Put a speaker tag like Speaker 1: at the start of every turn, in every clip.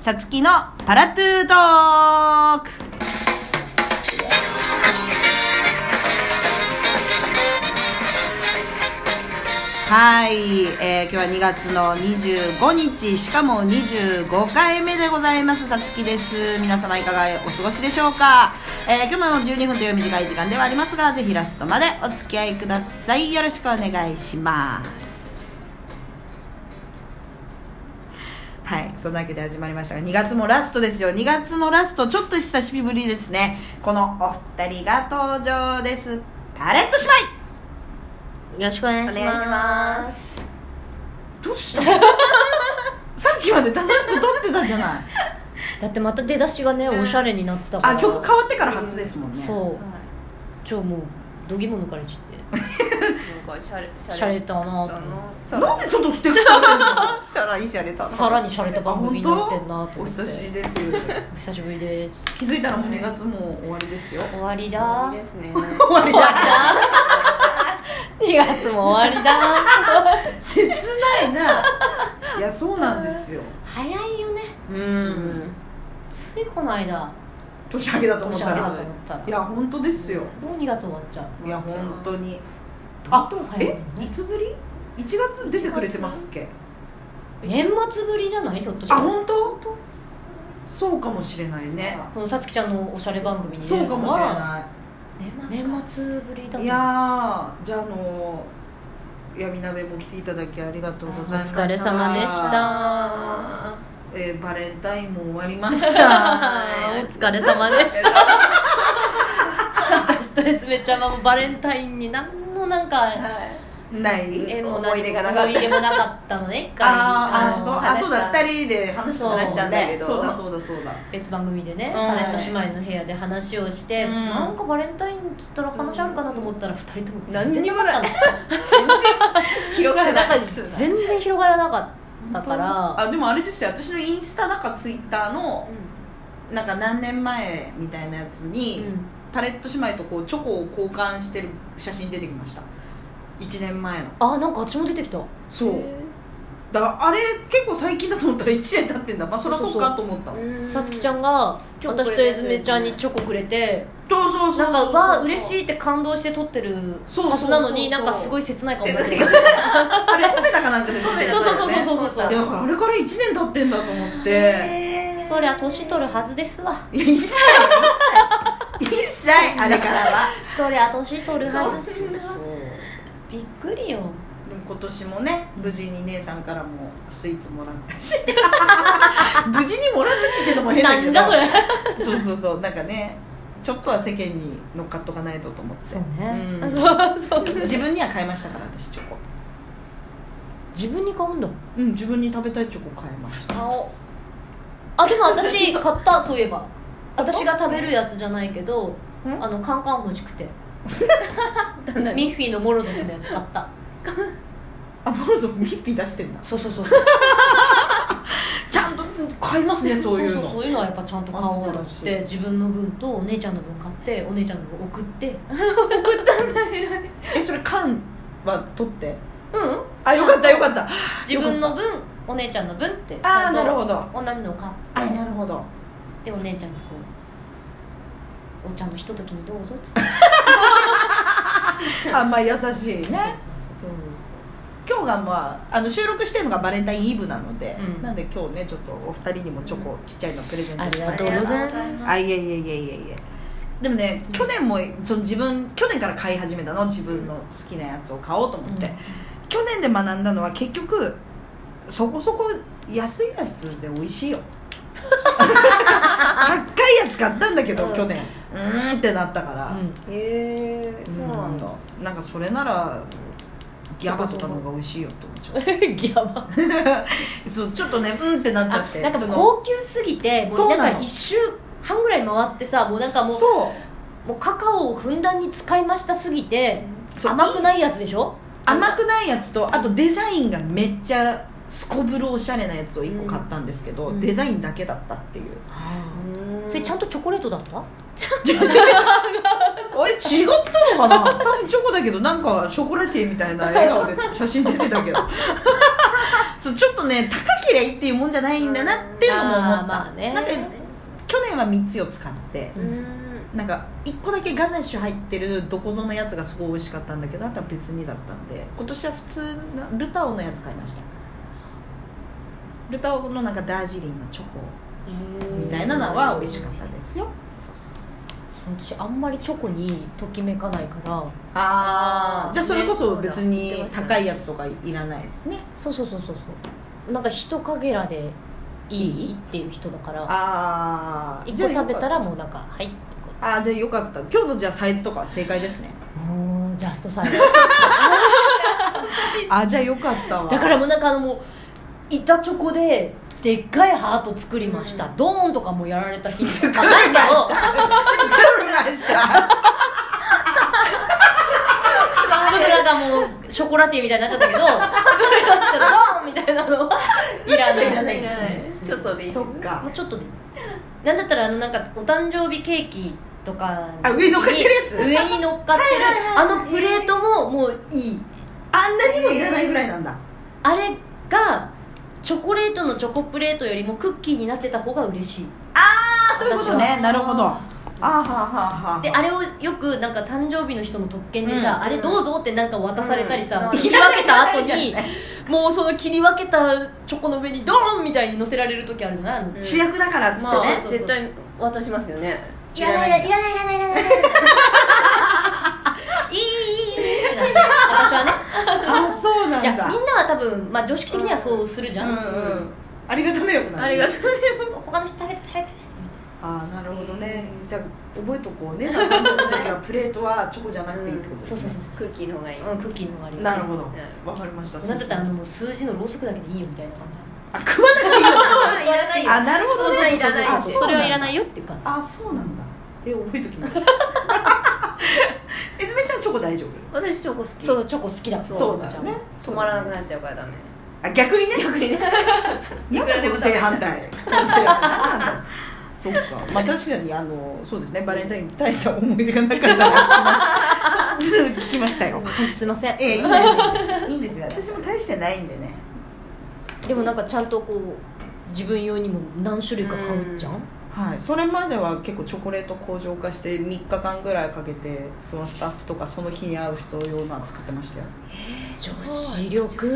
Speaker 1: さつきのパラトゥートークはい、えー、今日は2月の25日しかも25回目でございますさつきです皆様いかがお過ごしでしょうか、えー、今日も12分という短い時間ではありますがぜひラストまでお付き合いくださいよろしくお願いしますはいそんなわけで始まりましたが2月もラストですよ2月のラストちょっと久しぶりですねこのお二人が登場ですパレット姉妹
Speaker 2: よろしくお願いします
Speaker 3: す
Speaker 1: どうした さっきまで楽しく撮ってたじゃ ない
Speaker 2: だってまた出だしがねおしゃれになってたから
Speaker 1: あ曲変わってから初ですもんね
Speaker 2: そう
Speaker 3: は
Speaker 2: ちょもうどぎも抜かれちゃっ
Speaker 3: いなんかシャレシ
Speaker 2: てしゃれたな
Speaker 3: あ
Speaker 2: と
Speaker 3: のさ
Speaker 1: なん
Speaker 3: ら
Speaker 1: でちょっと不適当 な
Speaker 3: さらにシャレたな
Speaker 2: さらにしゃれた番組になってんなと
Speaker 1: のお
Speaker 2: 思って
Speaker 1: 久しぶりです
Speaker 2: お久しぶりです
Speaker 1: 気づいたらもう2月も終わりですよ
Speaker 2: 終わりだ
Speaker 3: いいですね
Speaker 1: 終わりだ
Speaker 2: 2月も終わり だ
Speaker 1: 切ないないやそうなんですよ
Speaker 2: 早いよね
Speaker 1: う
Speaker 3: うんん
Speaker 2: ついこの間
Speaker 1: 年明けだと思っ
Speaker 2: 年
Speaker 1: た
Speaker 2: 明けだ
Speaker 1: ら
Speaker 2: と思ったら
Speaker 1: いや本当ですよ
Speaker 2: もう2月終わっちゃう
Speaker 1: いや本当に
Speaker 2: ど
Speaker 1: あ
Speaker 2: んどん早いよ
Speaker 1: え
Speaker 2: ね
Speaker 1: いつぶり1月出てくれてますっけ
Speaker 2: 年末ぶりじゃないひょっとして
Speaker 1: あ本当そうかもしれないね
Speaker 2: このさつきちゃんのおしゃれ番組に出
Speaker 1: そ
Speaker 2: る
Speaker 1: う
Speaker 2: の
Speaker 1: か
Speaker 2: は
Speaker 1: もしれない
Speaker 3: 年末か
Speaker 2: 年末ぶりだね
Speaker 1: いやーじゃああのー闇鍋も来ていただきありがとうございました
Speaker 2: お疲れ様でした
Speaker 1: えーバレンタインも終わりました
Speaker 2: お疲れ様でした私とえつめちゃんはもうバレンタインに何のなんか
Speaker 3: はい
Speaker 1: ない
Speaker 2: 縁もな
Speaker 3: 思い出がなかった
Speaker 2: 思い出もなかったの ね一回
Speaker 1: あーあ
Speaker 2: の
Speaker 1: と
Speaker 3: 話
Speaker 1: あそうだ
Speaker 3: した
Speaker 1: 2人で話して
Speaker 2: そう
Speaker 1: まし
Speaker 2: 話した
Speaker 3: たんだけ
Speaker 1: ね
Speaker 3: ど
Speaker 1: そうだそうだそうだ
Speaker 2: 別番組でね、
Speaker 1: はい
Speaker 2: タレント姉妹の部屋で話をして、
Speaker 1: うん
Speaker 2: なんかバレンタインって言ったら話あるかなと思ったら2人とも
Speaker 3: 何
Speaker 2: 全
Speaker 3: に
Speaker 2: 然
Speaker 3: も
Speaker 2: なか
Speaker 3: な
Speaker 2: っ
Speaker 3: い
Speaker 2: たの
Speaker 3: 広がらなかっ
Speaker 2: なんか全然広がらなかったから
Speaker 1: あでもあれですよ私のインスタだかツイッターのなんか何年前みたいなやつ
Speaker 2: う
Speaker 1: に、
Speaker 2: ん
Speaker 1: パレット姉妹とこうチョコを交換してる写真出てきました1年前の
Speaker 2: あなんか私も出てきた
Speaker 1: そうだからあれ結構最近だと思ったら1年経ってんだまあそりゃそうかと思ったの
Speaker 2: さつきちゃ
Speaker 3: ん
Speaker 2: んが
Speaker 3: チョコ
Speaker 2: 私と
Speaker 3: くれたや
Speaker 2: え
Speaker 3: つ
Speaker 2: ずめちゃんにチョコくれて
Speaker 1: そうそうそう
Speaker 2: なんか
Speaker 1: そう
Speaker 2: わあ嬉し
Speaker 1: い
Speaker 2: いって感動して撮ってる
Speaker 1: そう
Speaker 2: はずなの
Speaker 1: そうそうそう
Speaker 2: になんかすごい切ない顔になってる
Speaker 1: あれコメダかなんかで撮って
Speaker 2: そうそうそうそう
Speaker 1: う
Speaker 2: そうそうそう
Speaker 1: いやだからあれから1年経ってんだと思って
Speaker 2: そりゃ年取るはずですわ
Speaker 1: いや一切一切一切あれからは
Speaker 2: そりゃ年取るはず
Speaker 3: そ
Speaker 2: で
Speaker 3: うそう
Speaker 2: すわびっくり
Speaker 1: で
Speaker 2: よ
Speaker 1: も今年もね無事に姉さんからもスイーツもらった し無事にもらったしっていうのも変だ
Speaker 2: な
Speaker 1: けど
Speaker 2: んだ
Speaker 1: そ
Speaker 2: それ
Speaker 1: うそうそうなんかねちょっとは世間に乗っかっとかないとと思って
Speaker 2: そうね、
Speaker 1: うん
Speaker 2: そうそう
Speaker 1: 自分には買いましたから私チョコ
Speaker 2: 自分に買うんだ
Speaker 1: うん自分に食べたいチョコ買いました
Speaker 2: 顔あでも私買ったそういえば私が食べるやつじゃないけど
Speaker 1: ん
Speaker 2: あのカンカン欲しくて
Speaker 3: 旦那
Speaker 2: ミッフィーのモロ族のやつ買った
Speaker 1: あモロゾフミッピー出してんだ
Speaker 2: そうそうそうそう
Speaker 1: ちゃんと買いますねそういう
Speaker 2: そう
Speaker 1: の
Speaker 2: そういうのはやっぱちゃんと買おうと
Speaker 1: あ
Speaker 2: 思っ
Speaker 1: 素晴ら
Speaker 2: て自分の分とお姉ちゃんの分買ってお姉ちゃんの分送って
Speaker 1: えそれ缶は取って
Speaker 2: うん
Speaker 1: あよかったよかった
Speaker 2: 自分の分お姉ちゃんの分ってち
Speaker 1: あ
Speaker 2: ゃ
Speaker 1: あ
Speaker 2: んと
Speaker 1: なるほど
Speaker 2: 同じのを買っ
Speaker 1: あなるほど
Speaker 2: てお姉ちゃんにこうお茶のひとときにどうぞっつって
Speaker 1: あんまあ優しいね
Speaker 2: そうそうそう
Speaker 1: 今日がまああの収録してるのがバレンタインイブなので、
Speaker 2: うん
Speaker 1: なんで今日ねちょっとお二人にもチョコ、ちっちゃいのプレゼン
Speaker 2: あ
Speaker 1: ト
Speaker 2: り
Speaker 1: し
Speaker 2: が
Speaker 1: まし
Speaker 2: と
Speaker 1: た
Speaker 2: うご
Speaker 1: が
Speaker 2: ざいます
Speaker 1: あいえいえいえいえいえでもね去年もその自分去年から買い始めたの自分の好きなやつを買おうと思って、去年で学んだのは結局そこそこ安いやつで美味しい よ高いやつ買ったんだけど、
Speaker 3: うん
Speaker 1: 去年うーんってなったから、
Speaker 2: うん
Speaker 3: へえそうなんだ
Speaker 1: うんなんかそれならギャバとかの方が美味しいよって思っちゃう
Speaker 2: ギャバ
Speaker 1: そうちょっとねうんってなっちゃって
Speaker 2: なんか
Speaker 1: その
Speaker 2: 高級すぎて
Speaker 1: そ
Speaker 2: も
Speaker 1: う
Speaker 2: う
Speaker 1: なの
Speaker 2: なんか一周半ぐらい回ってさもうなんかもう
Speaker 1: そ
Speaker 2: もうカカオをふんだんに使いましたすぎて
Speaker 1: うそう
Speaker 2: 甘く
Speaker 1: い
Speaker 2: ないやつでしょ
Speaker 1: 甘くないやつとあとデザインがめっちゃすこぶるおしゃれなやつを1個買ったんですけど、
Speaker 2: うん
Speaker 1: デザインだけだったって いう、
Speaker 2: それちゃんとチョコレートだった
Speaker 1: あれ違った のかな多分チョコだけどなんかショコラティエみたいな笑顔で写真出てたけどそうちょっとね高けりゃいいっていうもんじゃないんだなっていうのも思った、
Speaker 2: あーまあね
Speaker 1: なんか去年は3つ4つ買って
Speaker 3: う、ん
Speaker 1: なんか1個だけガナッシュ入ってるどこぞのやつがすごい美味しかったんだけどあとは別にだったんで今年は普通なルタオのやつ買いましたルタオのなんかダージリンのチョコみたいなのは美味しかったですよそうそうそう
Speaker 2: 私あんまりチョコにときめかないから
Speaker 1: あ
Speaker 2: あー
Speaker 1: じゃあそれこそ別に高いやつとかいらないですね
Speaker 2: そうそうそうそうそうなんか一かげらでいいっていう人だから
Speaker 1: ああ
Speaker 2: 一個食べた
Speaker 1: ら
Speaker 2: らもうなんかはいってこ
Speaker 1: あーじゃあよかった今日のじゃあサイズとかは正解ですね
Speaker 2: うもうジャストサイズ
Speaker 1: あーじゃあよかったわ
Speaker 2: だからもうなんかあのもう板チョコででっかいハート作りました、ドーンとかもやられた日とかないけ ど
Speaker 1: 作りました
Speaker 2: ちょっとなんかもうショコラティエみたいになっちゃったけど作りましたドーンみたいなの はいらない
Speaker 3: いらないです
Speaker 2: そ
Speaker 3: ね
Speaker 2: う
Speaker 3: ちょっとでいいです
Speaker 1: そ
Speaker 3: ね
Speaker 1: っか
Speaker 2: もうちょっとでなんだったらあのなんかお誕生日ケーキとか
Speaker 1: あ上に乗っかってるやつ
Speaker 2: に上に乗っかってるあのプレートももういい
Speaker 1: あんなにもいらないぐらいなんだ
Speaker 2: あれがチョコレートのチョコプレートよりもクッキーになってた方が嬉しい
Speaker 1: あそういうことねなるほどあーはーはーはー
Speaker 2: であれをよくなんか誕生日の人の特権でさ、
Speaker 1: うん
Speaker 2: あれどうぞってなんか渡されたりさ、
Speaker 3: うん
Speaker 2: 切り分けた後
Speaker 1: い
Speaker 2: に
Speaker 1: らな
Speaker 2: もうその切り分けたチョコの上にドーンみたいに乗せられる時あるじゃないあの、
Speaker 3: うん
Speaker 1: 主役だからっつって
Speaker 2: まあ
Speaker 1: ね、
Speaker 2: そうそうそう
Speaker 3: 絶対渡しますよね
Speaker 2: いらないいらないいらないいらないいらないいいいいいいってなっちゃう私はね
Speaker 1: あそうない
Speaker 2: やみんなは多分、まあ、常識的にはそうするじ
Speaker 1: う
Speaker 2: ゃ、
Speaker 1: んうんんありがためよくない
Speaker 3: ありがとう
Speaker 2: 他の人食べて食べて食
Speaker 1: あーなるほどねじゃあ覚えとこうね参考の時はプレートはチョコじゃなくていいってこと
Speaker 2: べ
Speaker 1: で
Speaker 2: て
Speaker 1: す、
Speaker 2: そう
Speaker 1: ね
Speaker 2: そうそう
Speaker 3: クッキーの方がいい
Speaker 2: そう、うん、クッキーの割合
Speaker 1: なるほど
Speaker 3: う
Speaker 1: わかりました
Speaker 2: なんだったらあのもう数字のろうそくだけでいいよみたいな感じ
Speaker 1: あ食わなくていいの
Speaker 3: いらないよ
Speaker 1: あなるほどね
Speaker 3: いらない
Speaker 1: あ
Speaker 3: そう
Speaker 1: なんだ
Speaker 2: それはいらないよっていう感じ
Speaker 1: あそうなんだえ覚えとき ますえずめちゃんチョコ大丈夫
Speaker 3: 私チョコ好き
Speaker 2: そうチョコ好きだ
Speaker 3: そう
Speaker 1: そうだよね
Speaker 3: 止まらなくなっちゃうからダメ
Speaker 1: あ逆にね逆にね なんかこの正反対この正反対そっかまあ確かにあのそうですねバレンタインに大した思い出がなかったら聞きました聞きましたよ
Speaker 2: すいません、
Speaker 1: ええいいんですいいんですよ私も大してないんでね
Speaker 2: でもなんかちゃんとこう自分用にも何種類か買うじゃん、
Speaker 3: うん
Speaker 1: はい、それまでは結構チョコレート工場化して3日間ぐらいかけてそのスタッフとかその日に会う人用のは作ってましたよ
Speaker 2: 女子力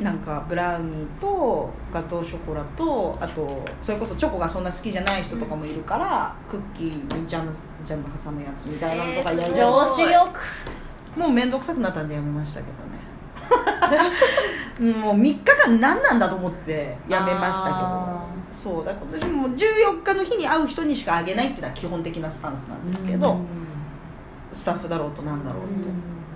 Speaker 1: なんかブラウニーとガトーショコラとあとそれこそチョコがそんな好きじゃない人とかもいるから、クッキーにジャムジャム挟むやつみたいなのとかや
Speaker 3: え
Speaker 1: り
Speaker 3: ー
Speaker 1: たい
Speaker 3: そ
Speaker 2: 女
Speaker 3: 上
Speaker 2: 子
Speaker 3: 司
Speaker 2: 力
Speaker 3: 力
Speaker 1: もう面倒くさくなったんでやめましたけどね もう3日間何なんだと思ってやめましたけど
Speaker 2: あ
Speaker 1: そうだから私も14日の日に会う人にしかあげないっていうのは基本的なスタンスなんですけど、スタッフだろうとなんだろうと、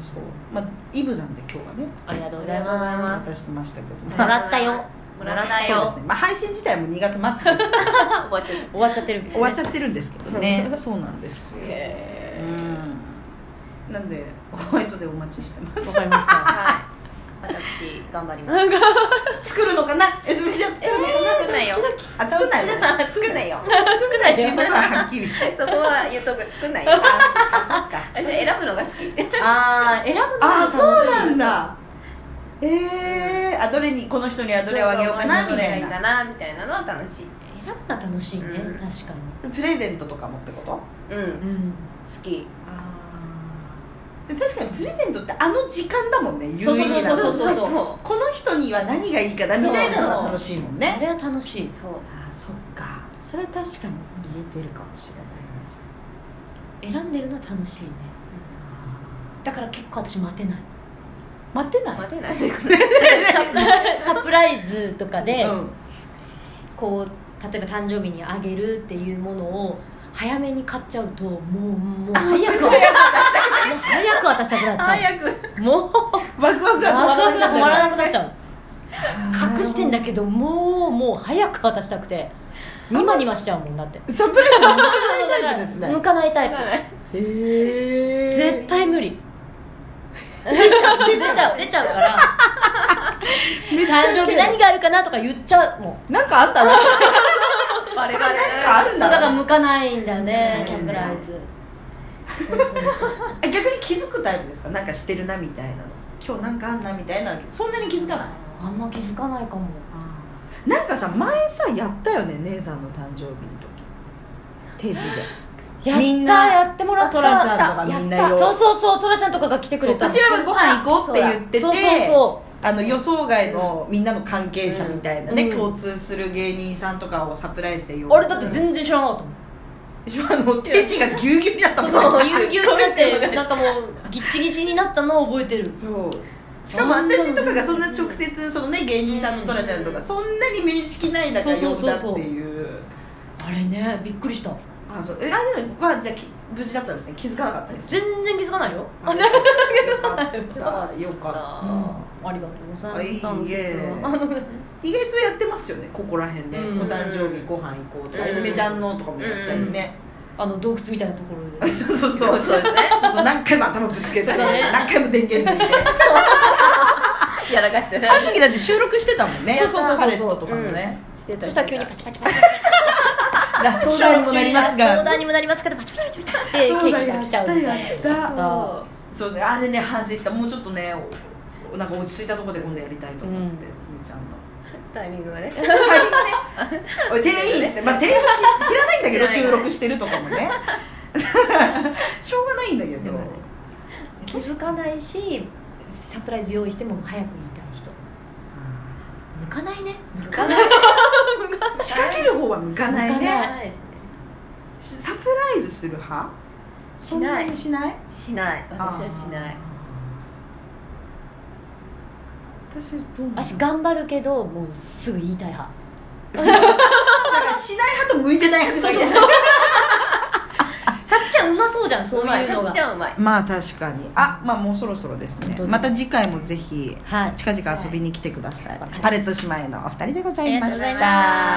Speaker 1: そうまあイブなんで今日はね
Speaker 2: ありがとう
Speaker 3: う
Speaker 2: ござ
Speaker 3: ござ
Speaker 2: い
Speaker 3: い
Speaker 2: ま
Speaker 3: ます
Speaker 1: 渡してましたけど
Speaker 2: も
Speaker 1: まあ
Speaker 2: らったよ
Speaker 3: もらった
Speaker 1: そう
Speaker 3: よ
Speaker 1: ですね、まあ、配信自体も2月末 です
Speaker 3: 終わっちゃっ
Speaker 2: 終わっちゃってる
Speaker 1: 終わっちゃってるんですけどねそうなんです
Speaker 3: た
Speaker 1: よう
Speaker 3: へ
Speaker 1: んなんでホワイトでお待ちしてま
Speaker 2: わかりました
Speaker 3: はい私頑張ります
Speaker 1: す作るのかなえずみちゃん作るの
Speaker 3: 作んないよ
Speaker 1: あ作んないの
Speaker 3: 作んないよ
Speaker 1: 作んないっていうことははっきりして
Speaker 3: そこは言っとく作ん ないよ
Speaker 1: あそっかそっか
Speaker 3: 私選ぶのが好き
Speaker 2: ああ選ぶのが
Speaker 1: あ
Speaker 2: 楽しい
Speaker 1: そうなんだえー、あどれにこの人にはどれをあげようかな
Speaker 3: そそ
Speaker 1: みたい
Speaker 3: どれがいい
Speaker 1: な
Speaker 3: かなみたいなのは楽しい
Speaker 2: 選ぶのが楽しいね、
Speaker 3: うん
Speaker 2: 確か
Speaker 1: プレゼントとかもってこと
Speaker 3: うん
Speaker 2: にうん
Speaker 3: 好き
Speaker 1: で確かにプレゼントってあの時間だもんね有
Speaker 2: そうそう
Speaker 1: 意義な
Speaker 2: そうそうそう
Speaker 1: この人には何がいいかなみたいなのが楽しいもんね
Speaker 2: あれは楽しい
Speaker 3: そう
Speaker 1: あそっかそれは確かに言えてるかもしれない
Speaker 2: 選んでるのは楽しいねだから結構私待てない
Speaker 1: 待ってない
Speaker 3: 待てない
Speaker 2: サプライズとかで、
Speaker 1: うん、
Speaker 2: こう例えば誕生日にあげるっていうものを早めに買っちゃうともうもう早くもう早く渡したくなっちゃ
Speaker 3: 早く
Speaker 2: うもう
Speaker 1: ワクワクが止ま
Speaker 2: ワ
Speaker 1: ら
Speaker 2: クワ
Speaker 1: な
Speaker 2: ク
Speaker 1: くな
Speaker 2: が
Speaker 1: っ
Speaker 2: 止まら
Speaker 1: ち
Speaker 2: なくなっちゃう
Speaker 1: ゃう
Speaker 2: 隠してんだけどもうもう早く渡したくてニマニマしちゃうもんだって
Speaker 1: どサプライズは向かないタイプですね
Speaker 2: 向かないタイプ
Speaker 1: へえ
Speaker 2: 絶対無理出ちゃう出ちゃう出ちゃうから誕生日何があるかなとか言っちゃうもん
Speaker 1: なんかあった な
Speaker 3: バレバレ
Speaker 1: なんかある
Speaker 2: そ
Speaker 1: ん
Speaker 2: うだ
Speaker 1: だ
Speaker 2: か
Speaker 1: な
Speaker 2: ら向かないんだよね
Speaker 1: う
Speaker 2: サ
Speaker 1: ん
Speaker 2: プライズ
Speaker 1: え逆に気づくタイプですかなんかしてるなみたいなの今日なんかあんなみたいなそんなに気づかない
Speaker 2: ああんま気づかないかも
Speaker 1: なんかさ前さやったよね姉さんの誕生日の 時定時で
Speaker 2: やった
Speaker 1: みんな
Speaker 2: やってもらった
Speaker 1: トラちゃんとかみんなよ
Speaker 2: やったそうそうそうトラちゃんとかが来てく
Speaker 1: そ
Speaker 2: れ
Speaker 1: う
Speaker 2: た
Speaker 1: こちらはご飯行こうって言ってて
Speaker 2: そうそうそ
Speaker 1: あの予想外のみんなの関係者みたいなね、
Speaker 2: うん
Speaker 1: 共通する芸人さんとかをサプライズで呼
Speaker 2: うあれだって全然知らなかったもん
Speaker 1: あの手地がぎゅうぎゅうになったもん
Speaker 2: そう
Speaker 1: ね
Speaker 2: ぎゅうぎゅうになってなんかもうギッチギチになったのを覚えてる
Speaker 1: そうしかも私とかがそんな直接そのね芸人さんのトラちゃんとかそんなに面識ない中呼んだっていう
Speaker 2: あれねびっくりした
Speaker 1: あそうえああいうのはじゃあき無事だったんですね気づかなかったですね
Speaker 2: 全然気づかないよ
Speaker 1: あよかったよ
Speaker 2: あ
Speaker 1: か
Speaker 2: ありがとうござ
Speaker 1: あ
Speaker 2: います
Speaker 1: いいね
Speaker 2: あの
Speaker 1: った意外とやってますよねここら辺で、
Speaker 2: うん
Speaker 1: お誕生日ご飯行こうとか、
Speaker 3: うん
Speaker 1: いつめちゃんのとかもやったりね、
Speaker 2: あの洞窟みたいなところで
Speaker 1: そうそうそうそう
Speaker 3: ですね
Speaker 1: そうそう何回も頭ぶつけて、
Speaker 2: そうだね
Speaker 1: 何回も電源抜いて
Speaker 3: やらかして
Speaker 1: あの時だって収録してたもんね
Speaker 2: そうそうそうそう
Speaker 1: パレットとかもね、
Speaker 3: して
Speaker 2: そ
Speaker 3: た
Speaker 2: したら急にパチパチパチパチ
Speaker 1: ラストオーダーにもなります
Speaker 2: 相
Speaker 1: が
Speaker 2: 談にもなりますからパチパチパチパチってケ
Speaker 1: そう
Speaker 2: ー
Speaker 1: だ
Speaker 2: キが
Speaker 1: や
Speaker 2: 来
Speaker 1: っ
Speaker 2: ちゃ
Speaker 1: た
Speaker 2: うみたいな
Speaker 1: やった
Speaker 2: あ
Speaker 1: そうねあれね反省したもうちょっとねおなんか落ち着いたところで今度やりたいと思って、
Speaker 2: う
Speaker 1: つみちゃんの
Speaker 3: タイミングがね
Speaker 1: はいねおい店員ですね、まあ、店員も知知らないんだけど
Speaker 3: 知らない
Speaker 1: 収録してるとかもねしょうがないんだけど
Speaker 2: 気づかないしサプライズ用意しても早く言いたい人向かないね
Speaker 3: 向かない
Speaker 1: 仕掛ける方は向かない
Speaker 2: 向かな
Speaker 1: ね
Speaker 2: い
Speaker 3: ですね
Speaker 1: サプライズする派そんなにしない
Speaker 3: しない私はしない
Speaker 1: 私はどうなの
Speaker 2: 私頑張るけどもうすぐ言いたい派
Speaker 1: だからしない派と向いてない派ですよ
Speaker 2: さきちゃんうまそうじゃんそう
Speaker 3: うま
Speaker 2: い
Speaker 3: いう
Speaker 2: の
Speaker 3: さ
Speaker 2: が
Speaker 3: つちゃんうまい
Speaker 1: まあ確かにあまあもうそろそろです
Speaker 2: 本
Speaker 1: ね
Speaker 2: 当だ
Speaker 1: また次回もぜひ
Speaker 2: はい
Speaker 1: 近々遊びに来てください、
Speaker 2: はい
Speaker 1: パレット姉妹のお二人でござ
Speaker 2: あ
Speaker 1: い
Speaker 2: り
Speaker 1: ま
Speaker 2: がとう
Speaker 1: し
Speaker 2: ございましたた